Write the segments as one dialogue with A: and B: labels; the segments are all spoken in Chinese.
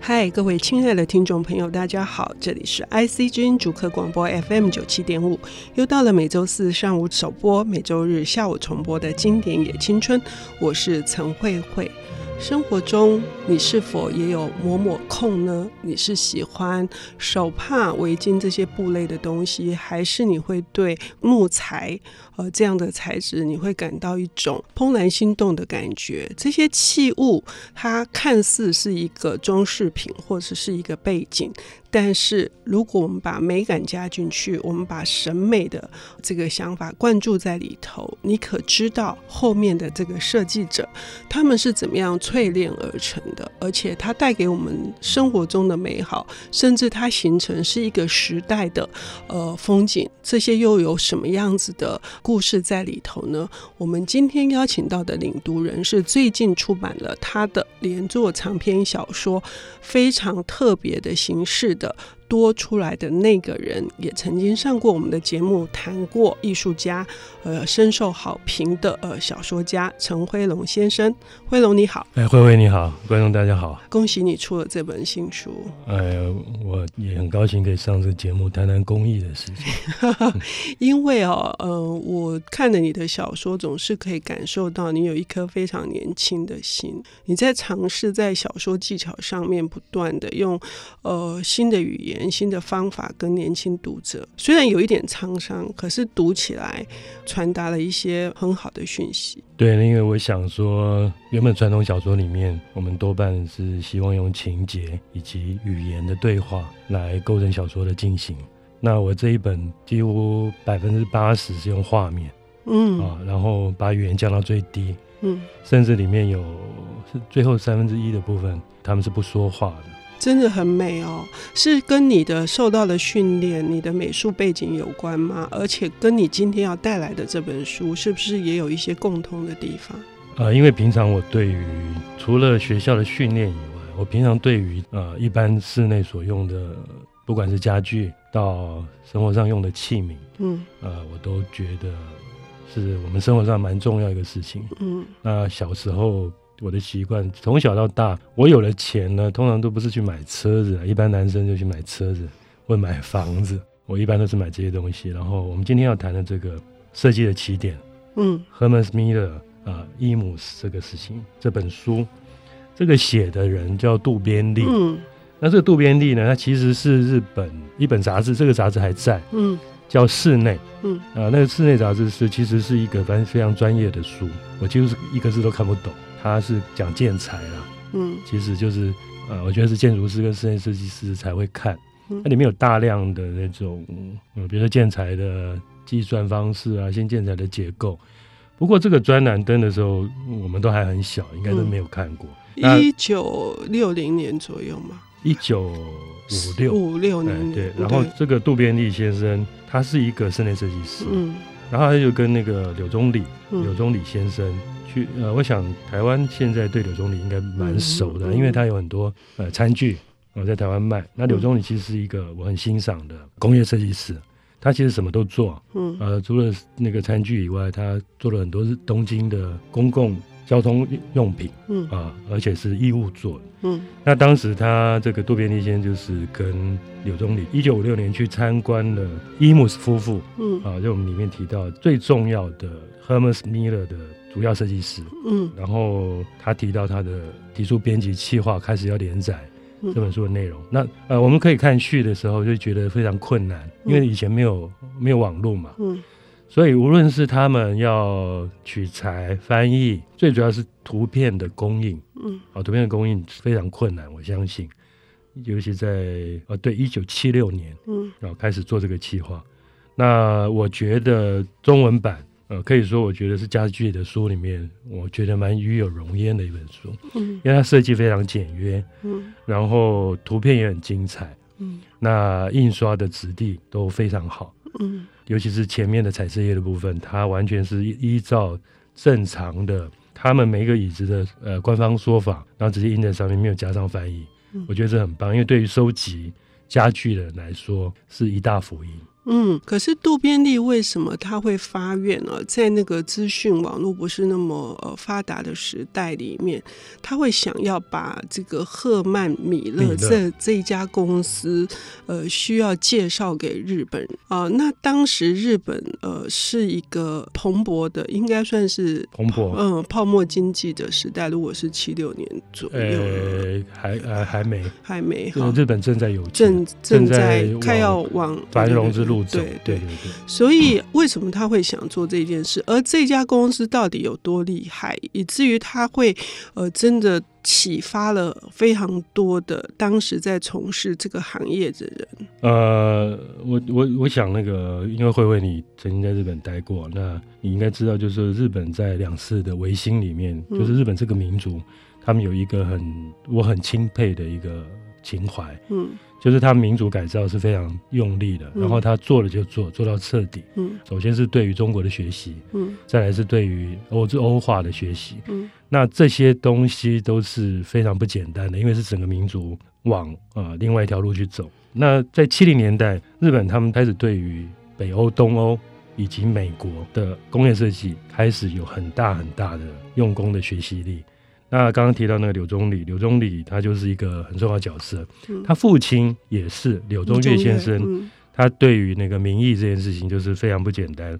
A: 嗨，各位亲爱的听众朋友，大家好，这里是 IC 之音主客广播 FM 九七点五，又到了每周四上午首播、每周日下午重播的经典也青春，我是陈慧慧。生活中，你是否也有抹抹控呢？你是喜欢手帕、围巾这些布类的东西，还是你会对木材呃这样的材质，你会感到一种怦然心动的感觉？这些器物，它看似是一个装饰品，或者是一个背景。但是，如果我们把美感加进去，我们把审美的这个想法灌注在里头，你可知道后面的这个设计者他们是怎么样淬炼而成的？而且，它带给我们生活中的美好，甚至它形成是一个时代的呃风景，这些又有什么样子的故事在里头呢？我们今天邀请到的领读人是最近出版了他的连作长篇小说，非常特别的形式的。多出来的那个人，也曾经上过我们的节目，谈过艺术家，呃，深受好评的呃小说家陈辉龙先生。辉龙你好，
B: 哎，慧慧你好，观众大家好，
A: 恭喜你出了这本新书。
B: 呃，我也很高兴可以上这节目谈谈公益的事情。
A: 因为哦，呃，我看了你的小说，总是可以感受到你有一颗非常年轻的心。你在尝试在小说技巧上面不断的用呃新的语言、新的方法跟年轻读者，虽然有一点沧桑，可是读起来传达了一些很好的讯息。
B: 对，因为我想说，原本传统小说里面，我们多半是希望用情节以及语言的对话来构成小说的进行。那我这一本几乎百分之八十是用画面
A: 嗯、
B: 啊，然后把语言降到最低，
A: 嗯，
B: 甚至里面有是最后三分之一的部分，他们是不说话的。
A: 真的很美哦，是跟你的受到的训练、你的美术背景有关吗？而且跟你今天要带来的这本书是不是也有一些共通的地方？
B: 呃，因为平常我对于除了学校的训练以外，我平常对于呃一般室内所用的，不管是家具到生活上用的器皿，
A: 嗯
B: 呃，我都觉得是我们生活上蛮重要一个事情。
A: 嗯
B: 那小时候我的习惯，从小到大，我有了钱呢，通常都不是去买车子，啊一般男生就去买车子或买房子，我一般都是买这些东西。然后我们今天要谈的这个设计的起点。
A: 嗯
B: Hermes Miller 啊、伊姆斯这个事情这本书，这个写的人叫渡边利。
A: 嗯
B: 那这个渡边利呢，他其实是日本一本杂志，这个杂志还在，
A: 嗯
B: 叫《室内》
A: 嗯
B: 啊、那个《室内》杂志是其实是一个反正非常专业的书，我几乎是一个字都看不懂。他是讲建材啦，
A: 嗯
B: 其实就是呃，我觉得是建筑师跟室内设计师才会看。
A: 嗯
B: 它里面有大量的那种，嗯，比如说建材的计算方式啊，新建材的结构。不过这个专栏登的时候，我们都还很小，应该都
A: 嗯
B: 没有看过。那
A: 一九六零年左右嘛，
B: 一九五六，
A: 五六
B: 哎
A: 零
B: 对
A: 年，，
B: 然后这个渡边利先生，他是一个室内设计师，
A: 嗯
B: 然后他就跟那个柳宗理，柳
A: 嗯
B: 宗理先生去，呃，我想台湾现在对柳宗理应该蛮熟的，
A: 嗯嗯嗯
B: 因为他有很多呃餐具，我、在台湾卖。那柳宗理其实是一个我很欣赏的工业设计师，他其实什么都做，
A: 嗯
B: 呃，除了那个餐具以外，他做了很多是东京的公共交通用品
A: 嗯
B: 啊、而且是义务做的。
A: 嗯
B: 那当时他这个渡边利先生就是跟柳宗理，一九五六年去参观了伊姆斯夫妇
A: 嗯
B: 啊，就我们里面提到最重要的 Hermes Miller 的主要设计师，
A: 嗯
B: 然后他提到他的提出编辑企划开始要连载
A: 嗯
B: 这本书的内容。那呃，我们可以看序的时候就觉得非常困难，因为以前没有没有网络嘛，
A: 嗯
B: 所以无论是他们要取材、翻译，最主要是图片的供应
A: 嗯
B: 啊，图片的供应非常困难，我相信，尤其在呃对一九七六年。
A: 嗯
B: 然后哦开始做这个企划。那我觉得中文版，呃，可以说我觉得是家具的书里面，我觉得蛮与有荣焉的一本书，
A: 嗯
B: 因为它设计非常简约，
A: 嗯
B: 然后图片也很精彩，
A: 嗯
B: 那印刷的质地都非常好，
A: 嗯
B: 尤其是前面的彩色页的部分，它完全是依依照正常的他们每一个椅子的呃官方说法，然后直接印在上面，没有加上翻译
A: 嗯。
B: 我觉得这很棒，因为对于收集家具的人来说是一大福音。
A: 嗯，可是渡边利为什么他会发愿呢、在那个资讯网络不是那么呃发达的时代里面，他会想要把这个赫曼米
B: 米
A: 勒
B: 勒
A: 这这一家公司，呃，需要介绍给日本人啊、那当时日本呃是一个蓬勃的，应该算是
B: 蓬勃，
A: 嗯泡沫经济的时代，如果是七六年左右了，
B: 呃，还呃还没，
A: 还没
B: 因为
A: 哈。
B: 日本正在有钱
A: 哦正正在
B: 在
A: 快
B: 往
A: 要往
B: 繁荣之路走
A: 对，
B: 对对对，
A: 所以为什么他会想做这件事？而这家公司到底有多厉害，以至于他会呃真的启发了非常多的当时在从事这个行业的人。
B: 呃，我我我想那个，因为慧慧你曾经在日本待过，那你应该知道，就是日本在两次的维新里面，
A: 嗯
B: 就是日本这个民族，他们有一个很我很钦佩的一个情怀，
A: 嗯
B: 就是他民主改造是非常用力的，
A: 嗯
B: 然后他做了就做，做到彻底。
A: 嗯
B: 首先是对于中国的学习，
A: 嗯
B: 再来是对于欧欧化的学习。
A: 嗯
B: 那这些东西都是非常不简单的，因为是整个民族往呃另外一条路去走。那在七零年代，日本他们开始对于北欧、东欧以及美国的工业设计开始有很大很大的用功的学习力。那刚刚提到那个柳宗理，柳宗理他就是一个很重要的角色，
A: 嗯，
B: 他父亲也是柳宗悦先生，
A: 嗯
B: 他对于那个民意这件事情就是非常不简单。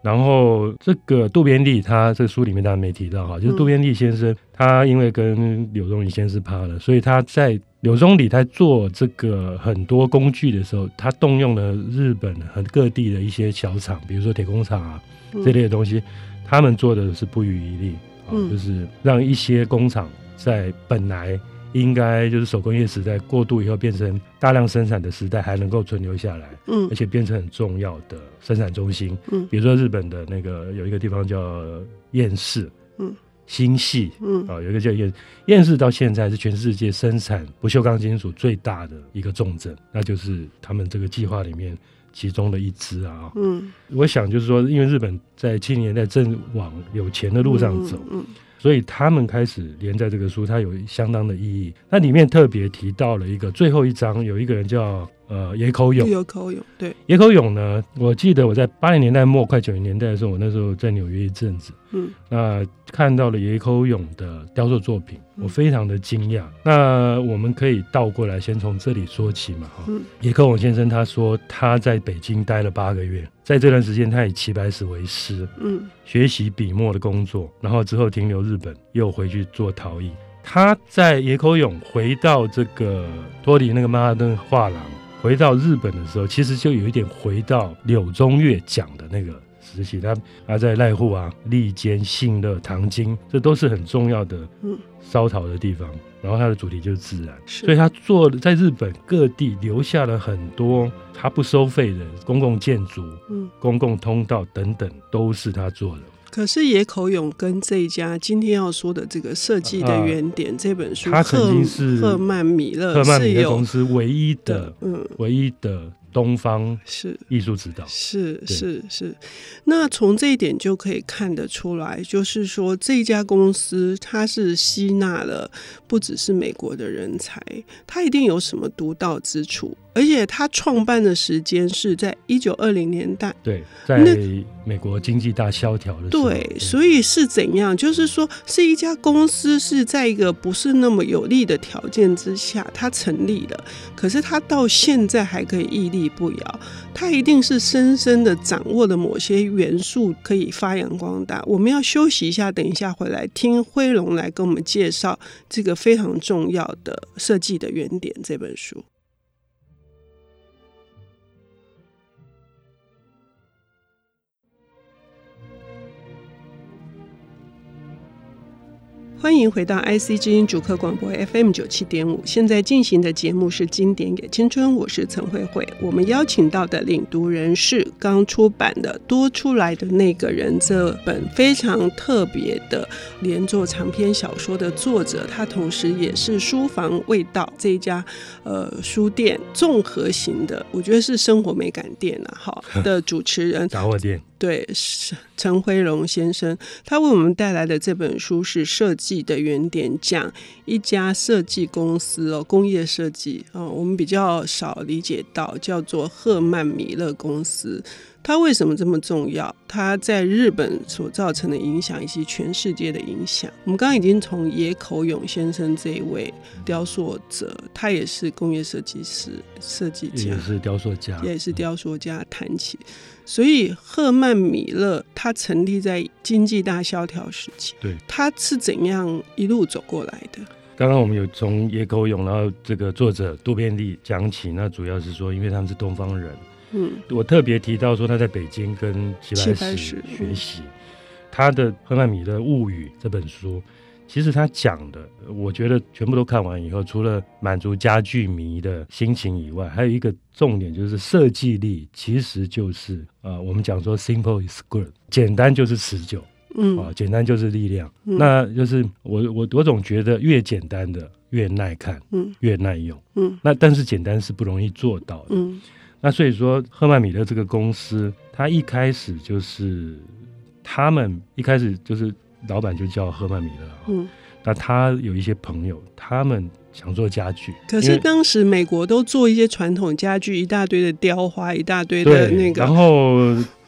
B: 然后这个渡边利，他这个书里面当然没提到哈，就
A: 嗯
B: 是渡边利先生，他因为跟柳宗理先生趴了，所以他在柳宗理在做这个很多工具的时候，他动用了日本和各地的一些小厂，比如说铁工厂啊
A: 嗯
B: 这类的东西，他们做的是不遗余力啊，
A: 嗯
B: 就是让一些工厂在本来应该就是手工业时代过渡以后变成大量生产的时代，还能够存留下来。
A: 嗯
B: 而且变成很重要的生产中心。
A: 嗯
B: 比如说日本的那个有一个地方叫厌世，
A: 嗯，
B: 新系
A: 嗯
B: 啊、有一个叫厌厌世，到现在是全世界生产不锈钢金属最大的一个重镇，那就是他们这个计划里面其中的一支啊。
A: 嗯，
B: 我想就是说，因为日本在七零年代正往有钱的路上走，
A: 嗯
B: 所以他们开始连在这个书，它有相当的意义。那里面特别提到了一个最后一章，有一个人叫呃野口勇
A: 嗯，，有口有对，
B: 野口勇呢，我记得我在八零年代末快九零年代的时候，我那时候在纽约一阵子，
A: 嗯
B: 那看到了野口勇的雕塑作品，我非常的惊讶。那我们可以倒过来，先从这里说起嘛哈。
A: 嗯
B: 野口勇先生他说他在北京待了八个月，在这段时间他以齐白石为师，
A: 嗯
B: 学习笔墨的工作，然后之后停留日本，又回去做陶艺。他在野口勇回到这个脱离那个曼哈顿画廊，回到日本的时候，其实就有一点回到柳宗悦讲的那个时期。他他在濑户啊、利间、信乐、唐津，这都是很重要的
A: 嗯，
B: 烧陶的地方。然后它的主题就是自然，
A: 是，
B: 所以他做在日本各地留下了很多他不收费的公共建筑、
A: 嗯。
B: 公共通道等等，都是他做的。
A: 可是野口勇跟这一家今天要说的这个设计的原点、这本书，
B: 啊他曾经是
A: 赫赫曼米勒
B: 赫曼米
A: 是
B: 勒
A: 有
B: 公司唯一的
A: 的、，嗯，
B: 唯一的东方
A: 是
B: 艺术指导。
A: 是
B: 哦对
A: 是是。那从这一点就可以看得出来，就是说这家公司它是吸纳了不只是美国的人才，它一定有什么独到之处，而且它创办的时间是在一九二零年代。
B: 对，在美国经济大萧条的时候，
A: 对，所以是怎样？就是说，是一家公司是在一个不是那么有利的条件之下，它成立了，可是它到现在还可以屹立不摇，它一定是深深的掌握了某些元素，可以发扬光大。我们要休息一下，等一下回来听辉龙来跟我们介绍这个非常重要的设计的原点这本书。欢迎回到 IC 之音主客广播 FM 九七点五，现在进行的节目是《经典也青春》，我是陈慧慧。我们邀请到的领读人是刚出版的《多出来的那个人》这本非常特别的连作长篇小说的作者，他同时也是书房味道这一家呃书店综合型的，我觉得是生活美感店啊，哈的主持人
B: 杂货店
A: 对，是陈辉荣先生，他为我们带来的这本书是《设计的原点》，讲一家设计公司哦，工业设计啊、哦我们比较少理解到，叫做赫曼米勒公司。它为什么这么重要？它在日本所造成的影响以及全世界的影响。我们刚刚已经从野口勇先生这一位雕塑者，他也是工业设计师、设计家
B: 也，是雕塑家，
A: 也是雕塑家谈起。所以赫曼米勒他成立在经济大萧条时期，
B: 对，
A: 他是怎样一路走过来的？
B: 嗯刚刚我们有从野口勇，然后这个作者渡边利讲起，那主要是说，因为他们是东方人，
A: 嗯，
B: 我特别提到说他在北京跟齐白
A: 齐白
B: 石
A: 石
B: 学习，他的《赫曼米勒物语》这本书，其实他讲的，我觉得全部都看完以后，除了满足家具迷的心情以外，还有一个重点就是设计力，其实就是呃，我们讲说 simple is good，简单就是持久。啊，
A: 嗯，
B: 简单就是力量。
A: 嗯
B: 那就是我我我总觉得越简单的越耐看，
A: 嗯
B: 越耐用。
A: 嗯
B: 那但是简单是不容易做到的。
A: 嗯
B: 那所以说，赫曼米勒这个公司，它一开始就是他们一开始就是老板就叫赫曼米勒啊。
A: 嗯。
B: 那他有一些朋友，他们想做家具，
A: 可
B: 因
A: 是
B: 为
A: 当时美国都做一些传统家具，一大堆的雕花，一大堆的
B: 对
A: 那个
B: 然，后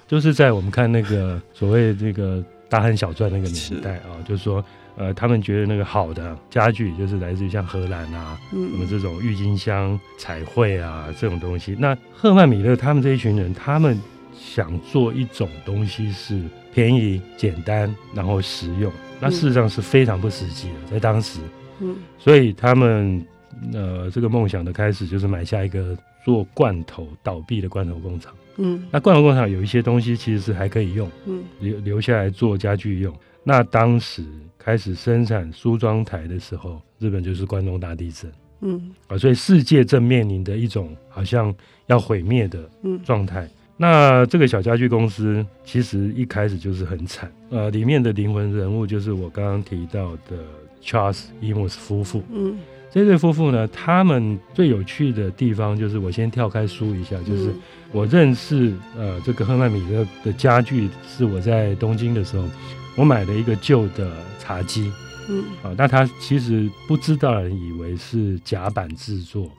B: 就是在我们看那个所谓这个大汉小传那个年代啊，就是说，呃，他们觉得那个好的家具就是来自于像荷兰啊，什么
A: 嗯
B: 这种郁金香彩绘啊这种东西。那赫曼米勒他们这一群人，他们想做一种东西是便宜、简单，然后实用。那事实上是非常不实际的，在当时，
A: 嗯
B: 所以他们呃这个梦想的开始就是买下一个做罐头倒闭的罐头工厂。
A: 嗯
B: 那罐头工厂有一些东西其实是还可以用，
A: 嗯
B: 留留下来做家具用。那当时开始生产梳妆台的时候，日本就是关东大地震
A: 嗯
B: 啊，所以世界正面临的一种好像要毁灭的
A: 嗯
B: 状态。那这个小家具公司其实一开始就是很惨，呃，里面的灵魂人物就是我刚刚提到的 Charles 伊姆斯夫妇。
A: 嗯，
B: 这对夫妇呢，他们最有趣的地方就是，我先跳开书一下，就是
A: 嗯
B: 我认识呃这个赫曼米勒的家具是我在东京的时候，我买了一个旧的茶几
A: 嗯
B: 啊，那他其实不知道的人以为是甲板制作，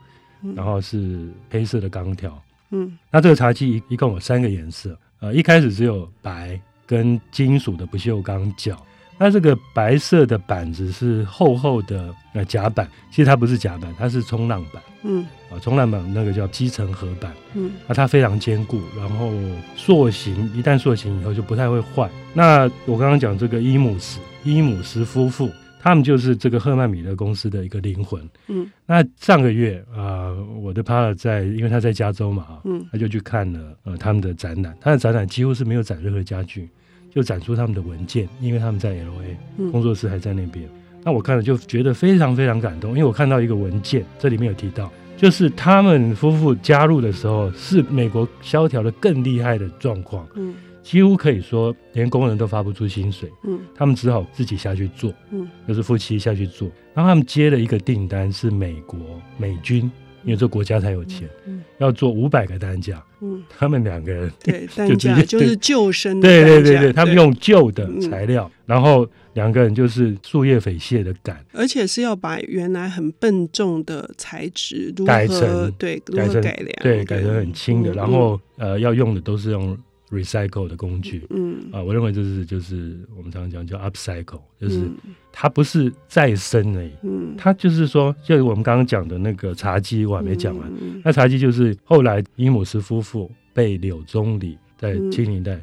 A: 嗯，
B: 然后是黑色的钢条。
A: 嗯
B: 那这个茶几一一共有三个颜色，呃，一开始只有白跟金属的不锈钢脚。那这个白色的板子是厚厚的呃甲板，其实它不是甲板，它是冲浪板
A: 嗯
B: 啊，冲浪板那个叫基层合板。
A: 嗯
B: 那它非常坚固，然后塑形，一旦塑形以后就不太会坏。那我刚刚讲这个伊姆斯伊姆斯夫妇，他们就是这个赫曼米勒公司的一个灵魂。
A: 嗯
B: 那上个月啊、呃我的 partner 在，因为他在加州嘛，啊
A: 嗯
B: 他就去看了呃他们的展览，他的展览几乎是没有展任何家具，就展出他们的文件，因为他们在 L A。工
A: 嗯
B: 作室还在那边。那我看了就觉得非常非常感动，因为我看到一个文件，这里面有提到，就是他们夫妇加入的时候是美国萧条的更厉害的状况，
A: 嗯
B: 几乎可以说连工人都发不出薪水，
A: 嗯
B: 他们只好自己下去做，
A: 嗯
B: 就是夫妻下去做。然后他们接了一个订单是美国美军，因为这国家才有钱，
A: 嗯
B: 要做五百个担架，
A: 嗯，
B: 他们两个人
A: 对，
B: 就
A: 担
B: 直
A: 架
B: 接
A: 就是救生的
B: 对
A: 担架，
B: 对对对，他们用旧的
A: 嗯
B: 材料，然后两个人就是树叶匪蟹的杆。
A: 而且是要把原来很笨重的材质如
B: 改
A: 何
B: 成
A: 对如
B: 改
A: 何
B: 成
A: 改良，
B: 对，改成很轻的，
A: 嗯
B: 然后呃，要用的都是用 recycle 的工具
A: 嗯
B: 啊、我认为这是就是我们常常讲叫 upcycle，就是
A: 嗯
B: 它不是再生而已，
A: 嗯，
B: 它就是说，就是我们刚刚讲的那个茶几，我还没讲完。
A: 嗯，
B: 那茶几就是后来伊姆斯夫妇被柳宗理在
A: 嗯
B: 七零代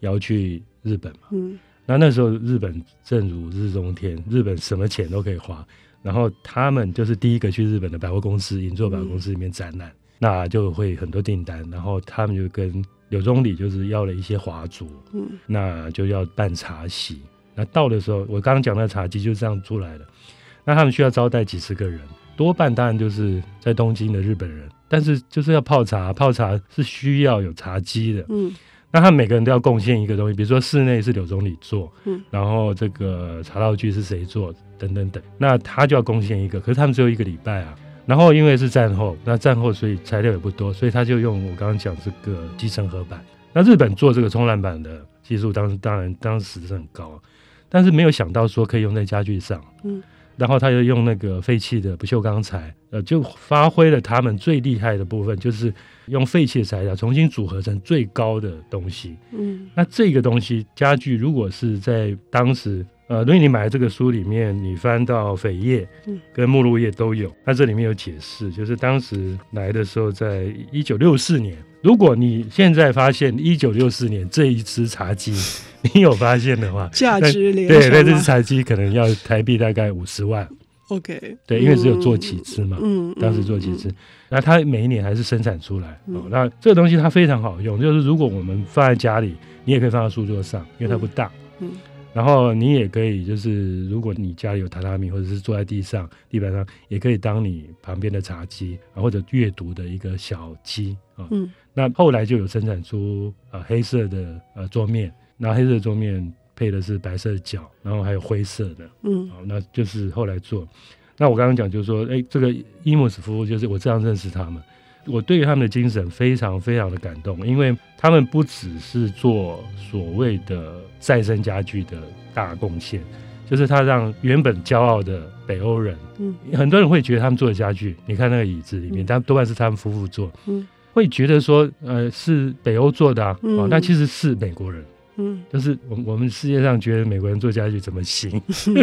B: 摇去日本嘛，
A: 嗯
B: 那那时候日本正如日中天，日本什么钱都可以花。然后他们就是第一个去日本的百货公司，银座百货公司里面展览，那就会很多订单。然后他们就跟柳宗理就是要了一些华烛，
A: 嗯
B: 那就要办茶席。那到的时候，我刚刚讲的茶几就这样出来了。那他们需要招待几十个人，多半当然就是在东京的日本人，但是就是要泡茶，泡茶是需要有茶几的。
A: 嗯
B: 那他们每个人都要贡献一个东西，比如说室内是柳宗理做，
A: 嗯
B: 然后这个茶道具是谁做，等等等，那他就要贡献一个，可是他们只有一个礼拜啊。然后因为是战后，那战后所以材料也不多，所以他就用我刚刚讲这个基层合板，那日本做这个冲浪板的技术，当时当然当时是很高，但是没有想到说可以用在家具上。
A: 嗯，
B: 然后他又用那个废弃的不锈钢材，呃，就发挥了他们最厉害的部分，就是用废弃的材料重新组合成最高的东西。
A: 嗯
B: 那这个东西，家具如果是在当时，呃，如果你买这个书里面，你翻到扉页
A: 嗯
B: 跟目录页都有，那这里面有解释，就是当时来的时候，在一九六四年。如果你现在发现一九六四年这一只茶几， 你有发现的话，
A: 价值连
B: 对，
A: 城
B: 那这
A: 吗
B: 只茶几可能要台币大概五十万，
A: OK，
B: 对，因为只有做几只嘛。
A: 嗯，嗯
B: 当时做几，次，那它每一年还是生产出来、
A: 嗯
B: 哦。那这个东西它非常好用，就是如果我们放在家里，你也可以放在书桌上，因为它不大。
A: 嗯嗯
B: 然后你也可以，就是如果你家里有榻榻米，或者是坐在地上、地板上，也可以当你旁边的茶几啊，或者阅读的一个小机啊。
A: 嗯
B: 那后来就有生产出呃黑色的呃桌面，那黑色的桌面配的是白色的角，然后还有灰色的。
A: 嗯
B: 好，那就是后来做。那我刚刚讲就是说，哎，这个伊姆斯夫妇就是我这样认识他们，我对于他们的精神非常非常的感动，因为他们不只是做所谓的再生家具的大贡献，就是他让原本骄傲的北欧人，
A: 嗯
B: 很多人会觉得他们做的家具，你看那个椅子里面，
A: 嗯
B: 他多半是他们夫妇做，
A: 嗯
B: 会觉得说，呃，是北欧做的啊，哦
A: 嗯，
B: 那其实是美国人，
A: 嗯
B: 就是我们我们世界上觉得美国人做家具怎么 行？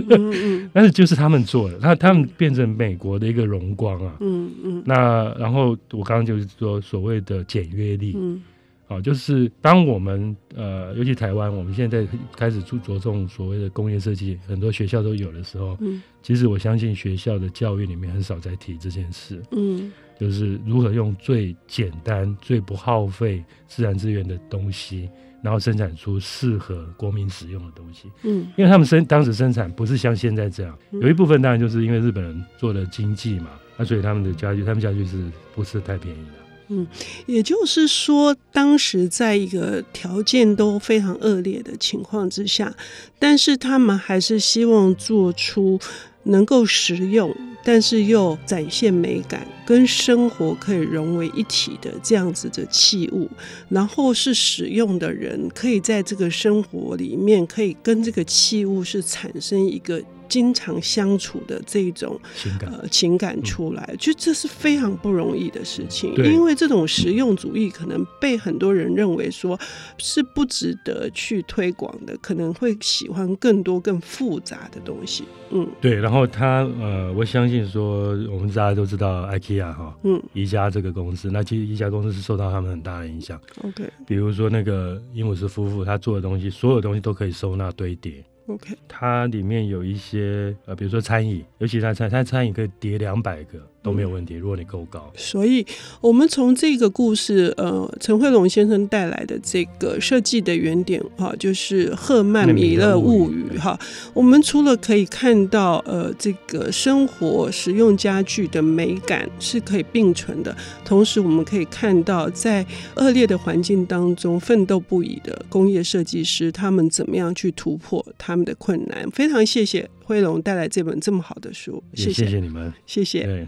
A: 嗯嗯
B: 但是就是他们做的，他他们变成美国的一个荣光啊。
A: 嗯嗯
B: 那然后我刚刚就是说所谓的简约力
A: 嗯
B: 啊，就是当我们呃，尤其台湾，我们现在开始注着重所谓的工业设计，很多学校都有的时候，
A: 嗯
B: 其实我相信学校的教育里面很少在提这件事，
A: 嗯
B: 就是如何用最简单、最不耗费自然资源的东西，然后生产出适合国民使用的东西。
A: 嗯
B: 因为他们生当时生产不是像现在这样，有一部分当然就是因为日本人做的经济嘛，那所以他们的家具，他们家具是不是太便宜的？
A: 也就是说，当时在一个条件都非常恶劣的情况之下，但是他们还是希望做出能够实用，但是又展现美感，跟生活可以融为一体的这样子的器物。然后是使用的人可以在这个生活里面，可以跟这个器物是产生一个经常相处的这种
B: 情感
A: 呃情感出来，就这是非常不容易的事情，
B: 对
A: 因为这种实用主义可能被很多人认为说是不值得去推广的，可能会喜欢更多更复杂的东西。嗯
B: 对，然后他呃，我相信说我们大家都知道 IKEA 哈，
A: 嗯
B: 宜家这个公司，那其实宜家公司是受到他们很大的影响，
A: ，OK
B: 比如说那个伊姆斯夫妇他做的东西，所有东西都可以收纳堆叠。
A: OK，
B: 它里面有一些呃，比如说餐椅，尤其它餐，它餐椅可以叠两百个都没有问题，嗯如果你够高。
A: 所以我们从这个故事，呃，陈慧龙先生带来的这个设计的原点哈、就是《赫曼米勒物语》哈、我们除了可以看到呃这个生活实用家具的美感是可以并存的，同时我们可以看到在恶劣的环境当中奋斗不已的工业设计师，他们怎么样去突破他们的困难。非常谢谢慧龙带来这本这么好的书，
B: 也
A: 谢
B: 谢
A: 谢
B: 谢你们，
A: 谢谢。
B: 对。